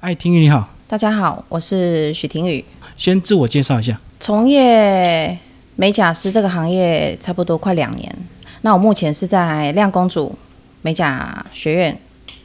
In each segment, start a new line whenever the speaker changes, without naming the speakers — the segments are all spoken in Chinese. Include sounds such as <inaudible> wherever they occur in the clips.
爱婷宇你好，
大家好，我是许婷宇，
先自我介绍一下。
从业美甲师这个行业差不多快两年。那我目前是在亮公主美甲学院，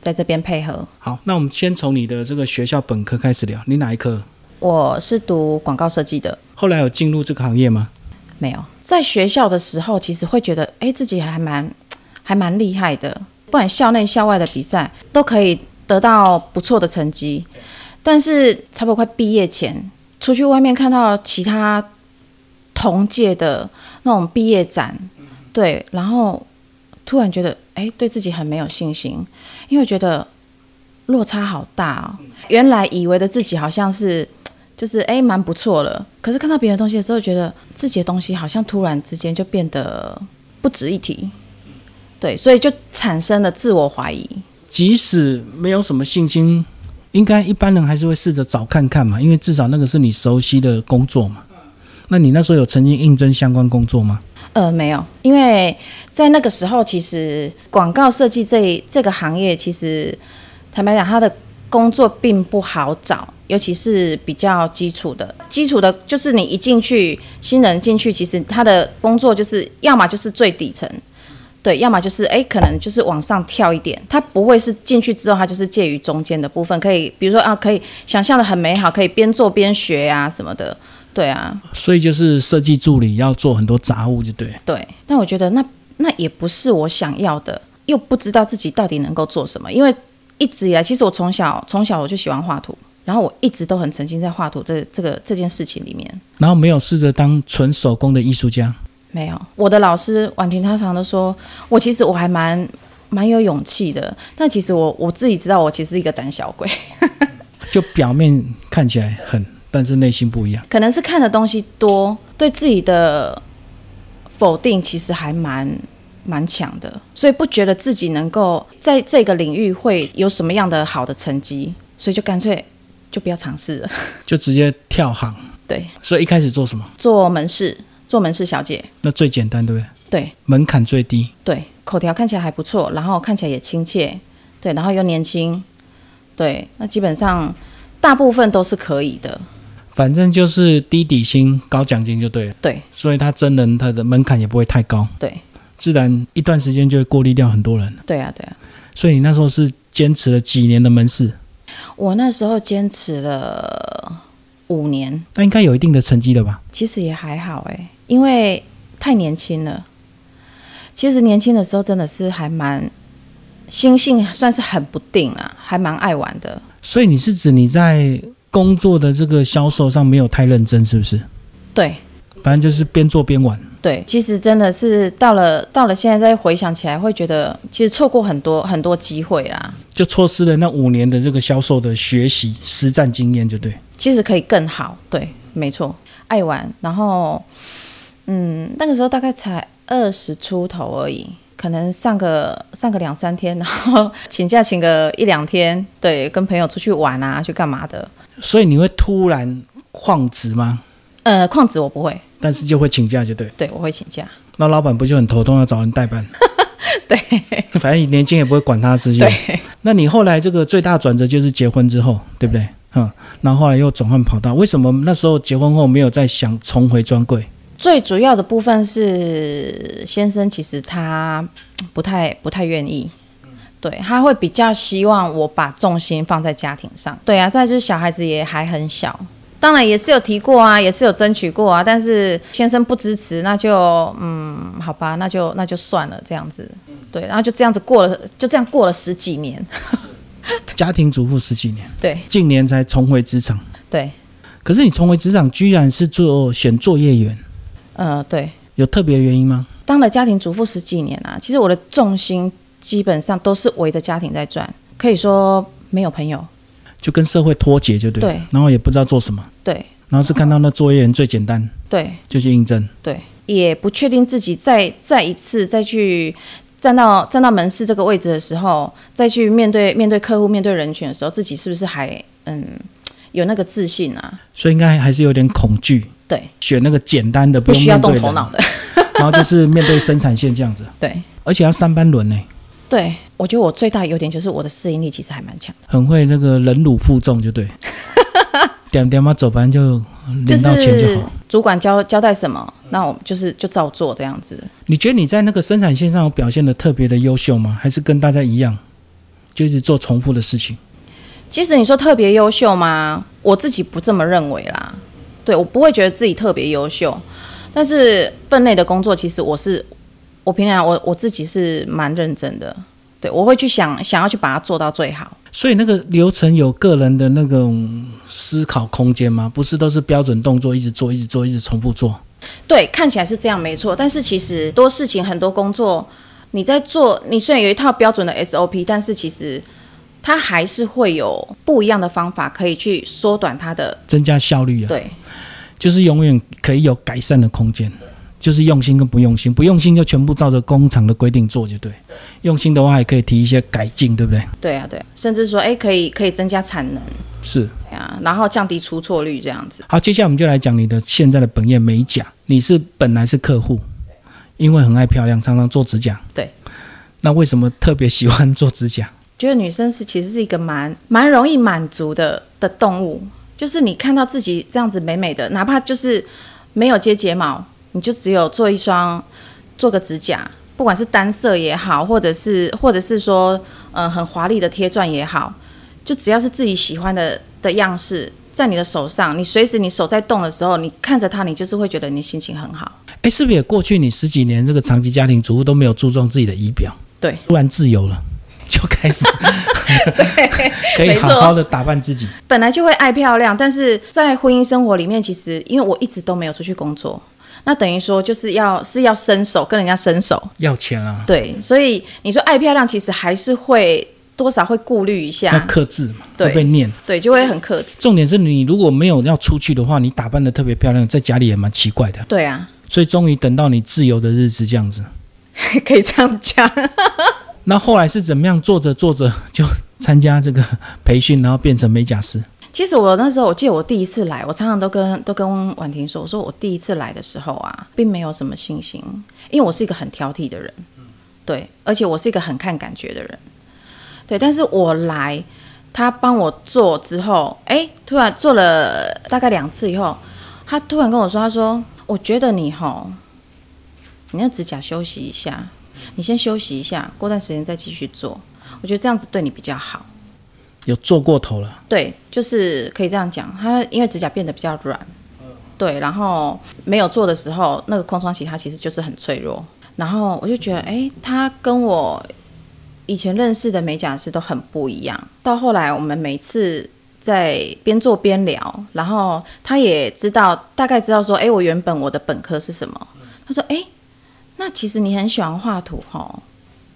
在这边配合。
好，那我们先从你的这个学校本科开始聊，你哪一科？
我是读广告设计的，
后来有进入这个行业吗？
没有在学校的时候，其实会觉得，哎，自己还蛮还蛮厉害的，不管校内校外的比赛都可以得到不错的成绩。但是差不多快毕业前，出去外面看到其他同届的那种毕业展，对，然后突然觉得，哎，对自己很没有信心，因为觉得落差好大哦。原来以为的自己好像是。就是哎，蛮不错了。可是看到别人的东西的时候，觉得自己的东西好像突然之间就变得不值一提，对，所以就产生了自我怀疑。
即使没有什么信心，应该一般人还是会试着找看看嘛，因为至少那个是你熟悉的工作嘛。那你那时候有曾经应征相关工作吗？
呃，没有，因为在那个时候，其实广告设计这一这个行业，其实坦白讲，它的工作并不好找，尤其是比较基础的。基础的就是你一进去，新人进去，其实他的工作就是要么就是最底层。对，要么就是哎，可能就是往上跳一点，它不会是进去之后，它就是介于中间的部分，可以比如说啊，可以想象的很美好，可以边做边学啊什么的，对啊。
所以就是设计助理要做很多杂物，就对。
对，但我觉得那那也不是我想要的，又不知道自己到底能够做什么。因为一直以来，其实我从小从小我就喜欢画图，然后我一直都很沉浸在画图这这个这件事情里面。
然后没有试着当纯手工的艺术家，
没有，我的老师婉婷，她常常都说我其实我还蛮蛮有勇气的，但其实我我自己知道我其实是一个胆小鬼，
就表面看起来很，但是内心不一样。
可能是看的东西多，对自己的否定其实还蛮蛮强的，所以不觉得自己能够在这个领域会有什么样的好的成绩，所以就干脆就不要尝试了。
就直接跳行。
对，
所以一开始做什么？
做门市，做门市小姐，
那最简单，对不对？
对
门槛最低，
对，口条看起来还不错，然后看起来也亲切，对，然后又年轻，对，那基本上大部分都是可以的。
反正就是低底薪高奖金就对了。
对，
所以他真人他的门槛也不会太高，
对，
自然一段时间就会过滤掉很多人。
对啊，对啊，
所以你那时候是坚持了几年的门市，
我那时候坚持了五年。
那应该有一定的成绩了吧？
其实也还好哎、因为太年轻了。其实年轻的时候真的是还蛮心性算是很不定啊，还蛮爱玩的。
所以你是指你在工作的这个销售上没有太认真，是不是？
对
反正就是边做边玩。
对，其实真的是到了到了现在再回想起来，会觉得其实错过很多很多机会啦。
就错失了那五年的这个销售的学习实战经验，就对。
其实可以更好，对，没错，爱玩。然后，嗯，那个时候大概才二十出头而已，可能上个上个两三天，然后请假请个一两天，对，跟朋友出去玩啊，去干嘛的。
所以你会突然旷职吗？
呃，旷职我不会，
但是就会请假，就对。
对我会请假，
那老板不就很头痛，要找人代班？
<laughs> 对，
反正你年轻也不会管他这些。那你后来这个最大转折就是结婚之后，对不对？嗯，然后后来又转换跑道，为什么那时候结婚后没有再想重回专柜？
最主要的部分是先生其实他嗯不太不太愿意，对，他会比较希望我把重心放在家庭上。对啊，再来就是小孩子也还很小，当然也是有提过啊，也是有争取过啊，但是先生不支持，那就嗯，好吧，那就那就算了这样子。对，然后就这样子过了，就这样过了十几年。 <laughs>
家庭主妇十几年，
对
近年才重回职场。
对，
可是你重回职场居然是做选作业员，
呃，对，
有特别的原因吗？
当了家庭主妇十几年啊，其实我的重心基本上都是围着家庭在转，可以说没有朋友。
就跟社会脱节，就对。
对。
然后也不知道做什么，
对
然后是看到那作业员最简单，
对
就去应征。
对，也不确定自己再再一次再去站到站到门市这个位置的时候，再去面对面对客户、面对人群的时候，自己是不是还嗯有那个自信啊？
所以应该还是有点恐惧。
对，
选那个简单的，
不
用
需要
面对
动头
人 <laughs>
脑，的。
然后就是面对生产线这样子，
对
而且要三班轮呢、
对，我觉得我最大的优点就是我的适应力其实还蛮强的，
很会那个忍辱负重，就对。点点嘛，走，反正就
就
嗯领到钱就好。
是主管交交代什么，那我就是就照做这样子。
你觉得你在那个生产线上有表现的特别的优秀吗？还是跟大家一样，就是做重复的事情？
其实你说特别优秀吗？我自己不这么认为啦。对我不会觉得自己特别优秀，但是分内的工作，其实我是我平常我我自己是蛮认真的，对我会去想想要去把它做到最好。
所以那个流程有个人的那种思考空间吗？不是都是标准动作，一直做，一直做，一直重复做。
对，看起来是这样没错，但是其实多事情很多工作，你在做，你虽然有一套标准的 SOP，但是其实它还是会有不一样的方法可以去缩短它的
增加效率啊，
对。
就是永远可以有改善的空间，就是用心跟不用心，不用心就全部照着工厂的规定做就对，用心的话还可以提一些改进，对不对？
对啊，对啊，甚至说，哎，可以可以增加产能，
是。
对啊，然后降低出错率这样子。
好，接下来我们就来讲你的现在的本业美甲，你是本来是客户，因为很爱漂亮，常常做指甲，
对。
那为什么特别喜欢做指甲？
觉得女生是其实是一个蛮蛮容易满足的的动物，就是你看到自己这样子美美的，哪怕就是没有接睫毛，你就只有做一双做个指甲，不管是单色也好，或者是或者是说呃很华丽的贴钻也好，就只要是自己喜欢的的样式。在你的手上，你随时你手在动的时候，你看着它，你就是会觉得你心情很好。
哎，是不是也过去你十几年这个长期家庭主妇都没有注重自己的仪表？
对，
突然自由了，就开始 <laughs> 可以
<laughs> 没错
好好的打扮自己。
本来就会爱漂亮，但是在婚姻生活里面，其实因为我一直都没有出去工作，那等于说就是要是要伸手跟人家伸手，
要钱啊，
对，所以你说爱漂亮，其实还是会多少会顾虑一
要
下，
克制嘛，
对
会被念。
对，就会很克制。
重点是你如果没有要出去的话，你打扮的特别漂亮，在家里也蛮奇怪的。
对啊， <laughs>
所以终于等到你自由的日子这样子。
可以这样讲。
那后来是怎么样？做着做着就参加这个培训，然后变成美甲师。
其实我那时候，我记得我第一次来，我常常都跟都跟婉婷说，我说我第一次来的时候啊，并没有什么信心，因为我是一个很挑剔的人，对，而且我是一个很看感觉的人，对。但是我来，他帮我做之后，哎，突然做了大概两次以后，他突然跟我说，他说，我觉得你吼，你那指甲休息一下，你先休息一下，过段时间再继续做，我觉得这样子对你比较好。
有做过头了，
对，就是可以这样讲，它因为指甲变得比较软，对，然后没有做的时候，那个空窗期它其实就是很脆弱。然后我就觉得，哎，它跟我以前认识的美甲师都很不一样。到后来，我们每次在边做边聊，然后他也知道大概知道说，哎，我原本我的本科是什么？他说，哎，那其实你很喜欢画图吼、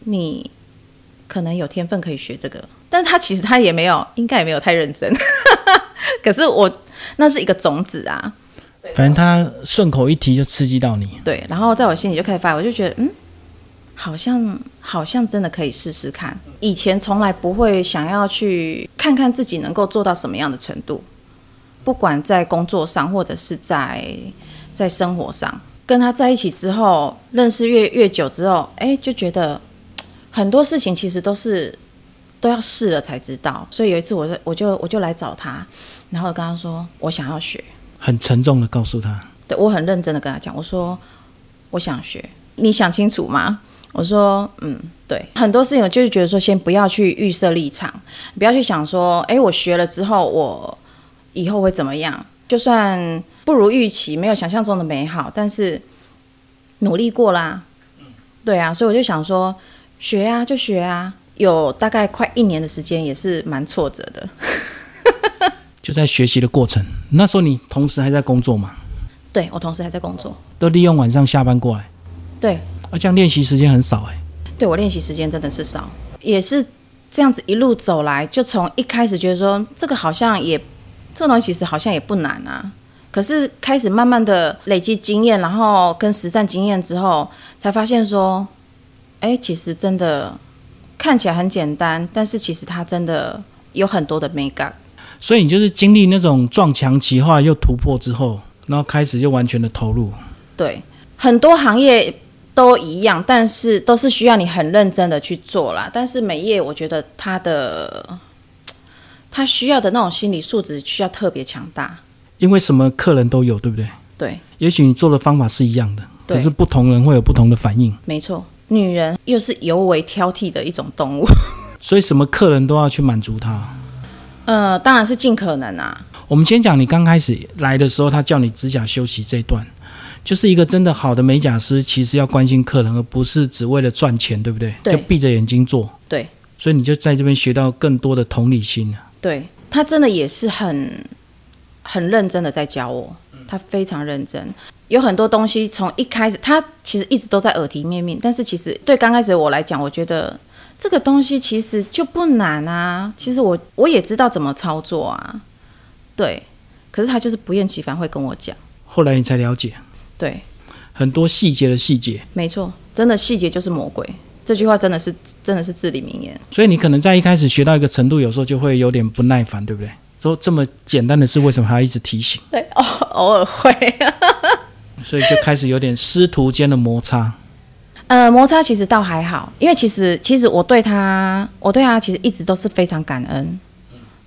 你可能有天分可以学这个。但是他其实他也没有，应该也没有太认真。 <laughs> 可是我那是一个种子啊，
反正他顺口一提就刺激到你。
对。然后在我心里就开始发，我就觉得嗯，好像好像真的可以试试看。以前从来不会想要去看看自己能够做到什么样的程度，不管在工作上或者是在在生活上。跟他在一起之后，认识越越久之后，哎，就觉得很多事情其实都是都要试了才知道。所以有一次我就我就我就来找他，然后跟他说我想要学，
很沉重的告诉他，
对我很认真的跟他讲，我说我想学，你想清楚吗？我说，嗯，对，很多事情我就是觉得说，先不要去预设立场，不要去想说，诶，我学了之后我以后会怎么样？就算不如预期，没有想象中的美好，但是努力过啦，对啊，所以我就想说，学啊就学啊，有大概快一年的时间，也是蛮挫折的。
就在学习的过程。那时候你同时还在工作嘛，
对我同时还在工作，
都利用晚上下班过来，
对，
啊，这样练习时间很少哎、
对我练习时间真的是少，也是这样子一路走来，就从一开始觉得说这个好像也，这个东西其实好像也不难啊。可是开始慢慢的累积经验，然后跟实战经验之后，才发现说，哎，其实真的看起来很简单，但是其实它真的有很多的美感。
所以你就是经历那种撞墙期，后来又突破之后，然后开始就完全的投入。
对，很多行业都一样，但是都是需要你很认真的去做啦。但是美业，我觉得它的它需要的那种心理素质需要特别强大。
因为什么客人都有，对不对？
对，
也许你做的方法是一样的，
对
可是不同人会有不同的反应，
没错，女人又是尤为挑剔的一种动物。 <laughs>
所以什么客人都要去满足他。
呃，当然是尽可能啊。
我们先讲你刚开始来的时候，他叫你指甲休息这一段，就是一个真的好的美甲师，其实要关心客人，而不是只为了赚钱，对不对？
对
就闭着眼睛做。
对，
所以你就在这边学到更多的同理心了。
对他真的也是很很认真的在教我，他非常认真。有很多东西从一开始，他其实一直都在耳提面命，但是其实对刚开始我来讲，我觉得这个东西其实就不难啊。其实我我也知道怎么操作啊，对。可是他就是不厌其烦会跟我讲，
后来你才了解
对，
很多细节的细节，
没错，真的细节就是魔鬼，这句话真的是真的是至理名言。
所以你可能在一开始学到一个程度，有时候就会有点不耐烦，对不对？说这么简单的事，为什么还要一直提醒？
对，偶偶尔会。
所以就开始有点师徒间的摩擦。
呃，摩擦其实倒还好，因为其实其实我对他，我对他其实一直都是非常感恩。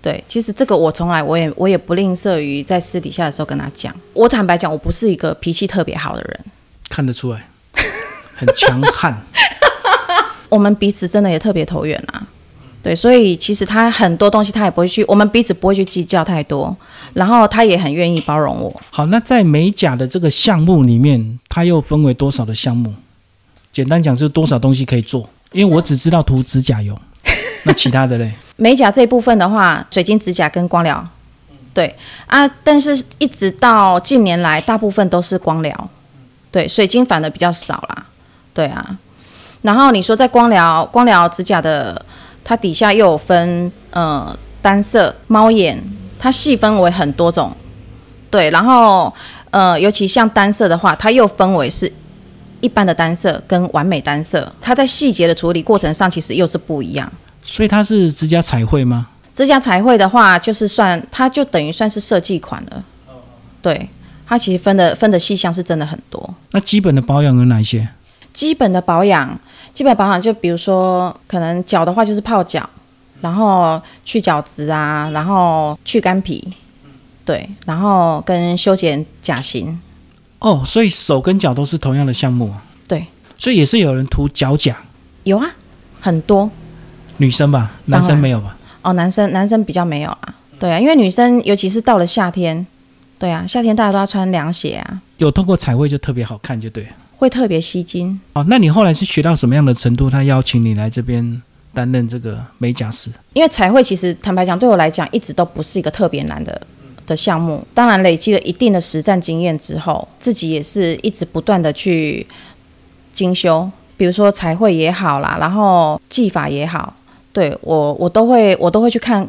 对，其实这个我从来我也我也不吝啬于在私底下的时候跟他讲。我坦白讲，我不是一个脾气特别好的人，
看得出来， <laughs> 很强悍。
我们彼此真的也特别投缘啊。对，所以其实他很多东西他也不会去，我们彼此不会去计较太多，然后他也很愿意包容我。
好，那在美甲的这个项目里面，它又分为多少的项目？简单讲，是多少东西可以做？因为我只知道涂指甲
<laughs>
油，那其他的嘞？
美甲这一部分的话，水晶指甲跟光疗，对啊，但是一直到近年来，大部分都是光疗，对，水晶反的比较少啦，对啊。然后你说在光疗，光疗指甲的，它底下又有分呃单色、猫眼，它细分为很多种，对，然后呃，尤其像单色的话，它又分为是。一般的单色跟完美单色，它在细节的处理过程上其实又是不一样。
所以它是指甲彩绘吗？
指甲彩绘的话，就是算它就等于算是设计款了。对，它其实分的分的细项是真的很多。
那基本的保养有哪一些？
基本的保养，基本保养就比如说，可能脚的话就是泡脚，然后去角质啊，然后去干皮，对，然后跟修剪甲型，
哦，所以手跟脚都是同样的项目啊。
对，
所以也是有人涂脚甲，
有啊，很多
女生吧，男
当
生
然
没有吧？
哦，男生男生比较没有啊，对啊，因为女生尤其是到了夏天，对啊，夏天大家都要穿凉鞋啊，
有通过彩绘就特别好看，就对了。
会特别吸睛。
哦，那你后来是学到什么样的程度？他邀请你来这边担任这个美甲师？
因为彩绘其实坦白讲，对我来讲一直都不是一个特别难的的项目。当然，累积了一定的实战经验之后，自己也是一直不断的去精修，比如说彩绘也好啦，然后技法也好，对我我都会我都会去看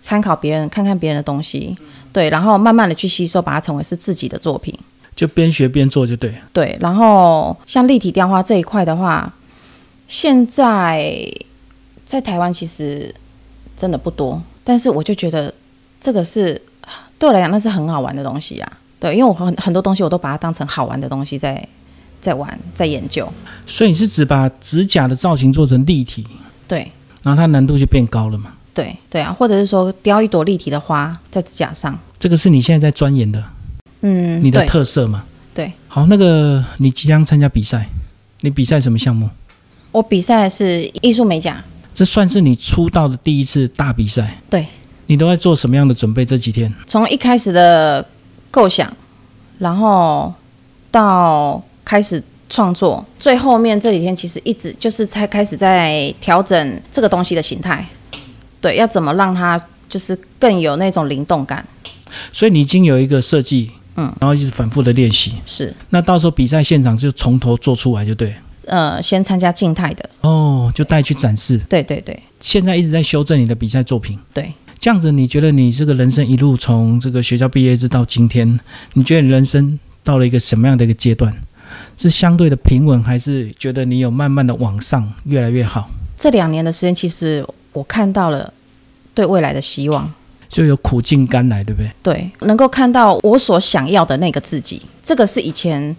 参考别人，看看别人的东西，对，然后慢慢的去吸收，把它成为是自己的作品。
就边学边做就对了。
对，然后像立体雕花这一块的话，现在在台湾其实真的不多，但是我就觉得这个是对我来讲那是很好玩的东西啊。对，因为我很很多东西我都把它当成好玩的东西在在玩，在研究。
所以你是指把指甲的造型做成立体，
对
然后它难度就变高了嘛？
对对啊，或者是说雕一朵立体的花在指甲上，
这个是你现在在钻研的，
嗯，
你的
对
特色嘛？
对。
好，那个你即将参加比赛，你比赛什么项目？
我比赛是艺术美甲，
这算是你出道的第一次大比赛。
对。
你都在做什么样的准备？这几天
从一开始的构想，然后到开始创作，最后面这几天其实一直就是才开始在调整这个东西的形态，对，要怎么让它就是更有那种灵动感，
所以你已经有一个设计，
嗯，
然后一直反复的练习。
是
那到时候比赛现场就从头做出来就对了。
呃，先参加静态的，
哦，就带去展示。
对对对
现在一直在修正你的比赛作品。
对，
这样子，你觉得你这个人生一路从这个学校毕业一直到今天，你觉得你人生到了一个什么样的一个阶段？是相对的平稳，还是觉得你有慢慢的往上，越来越好，
这两年的时间，其实我看到了对未来的希望。
就有苦尽甘来，对不对？
对，能够看到我所想要的那个自己，这个是以前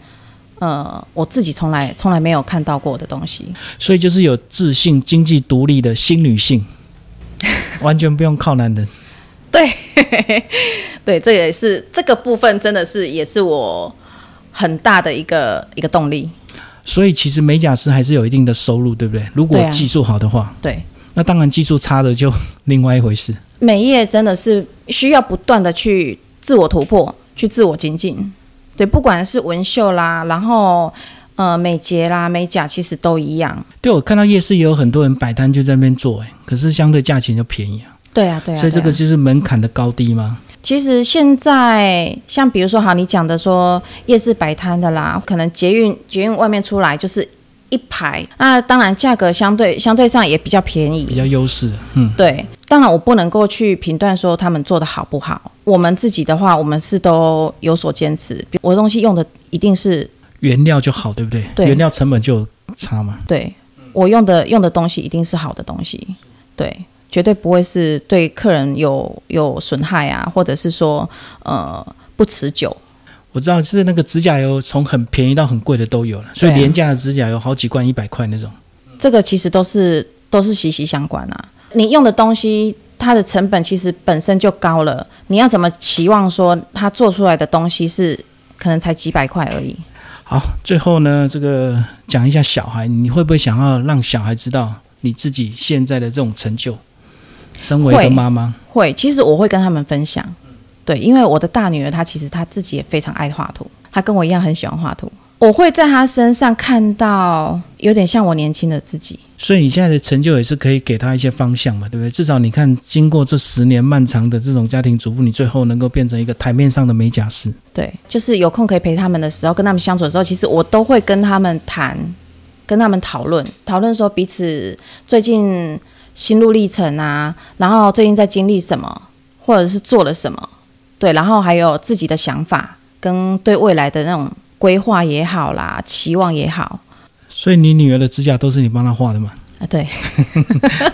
呃，我自己从来从来没有看到过的东 <laughs> 西。
所以就是有自信、经济独立的新女性，完全不用靠男人。
对，这也是这个部分，真的是也是我很大的一个一个动力。
所以其实美甲师还是有一定的收入，对不对？如果
对啊
技术好的话，
对，
那当然技术差的就另外一回事。
美业真的是需要不断的去自我突破，去自我精进。对，不管是纹绣啦，然后呃美睫啦、美甲，其实都一样。
对我看到夜市也有很多人摆摊就在那边做、哎，可是相对价钱就便宜啊，
对啊，对啊。
所以这
对
个
啊
就是门槛的高低嘛。
其实现在像比如说，好，你讲的说夜市摆摊的啦，可能捷运捷运外面出来就是一排，那当然价格相对相对上也比较便宜，
比较优势，嗯，
对，当然我不能够去评断说他们做的好不好。我们自己的话，我们是都有所坚持。比我的东西用的一定是
原料就好，对不对？
对
原料成本就有差嘛。
对我用的用的东西一定是好的东西，对，绝对不会是对客人有有损害啊，或者是说呃不持久。
我知道是那个指甲油，从很便宜到很贵的都有了，所以
对啊
廉价的指甲油好几罐一百块那种。
这个其实都是都是息息相关啊。你用的东西，它的成本其实本身就高了，你要怎么期望说它做出来的东西是可能才几百块而已？
好，最后呢，这个讲一下小孩，你会不会想要让小孩知道你自己现在的这种成就？身为一
会
个妈妈，
会，其实我会跟他们分享，对，因为我的大女儿她其实她自己也非常爱画图，她跟我一样很喜欢画图。我会在她身上看到有点像我年轻的自己，
所以你现在的成就也是可以给他一些方向嘛，对不对？至少你看，经过这十年漫长的这种家庭主妇，你最后能够变成一个台面上的美甲师。
对，就是有空可以陪他们的时候，跟他们相处的时候，其实我都会跟他们谈，跟他们讨论，讨论说彼此最近心路历程啊，然后最近在经历什么，或者是做了什么，对，然后还有自己的想法跟对未来的那种规划也好啦，期望也好。
所以你女儿的指甲都是你帮她画的嘛？
啊，对，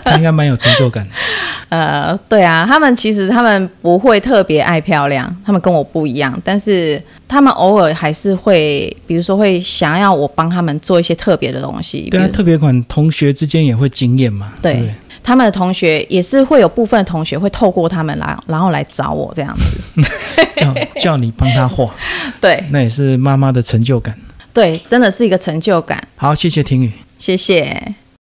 她应该蛮有成就感的。
呃，对啊，他们其实他们不会特别爱漂亮，他们跟我不一样，但是他们偶尔还是会，比如说会想要我帮他们做一些特别的东西，比
对啊，
如
特别款同学之间也会惊艳嘛。
对
对
<laughs>
不对
他们的同学也是会有部分同学会透过他们来，然后来找我这样子，
叫叫你帮他画，
对
那也是妈妈的成就感。
对，真的是一个成就感，
好，谢谢婷宇。
谢谢。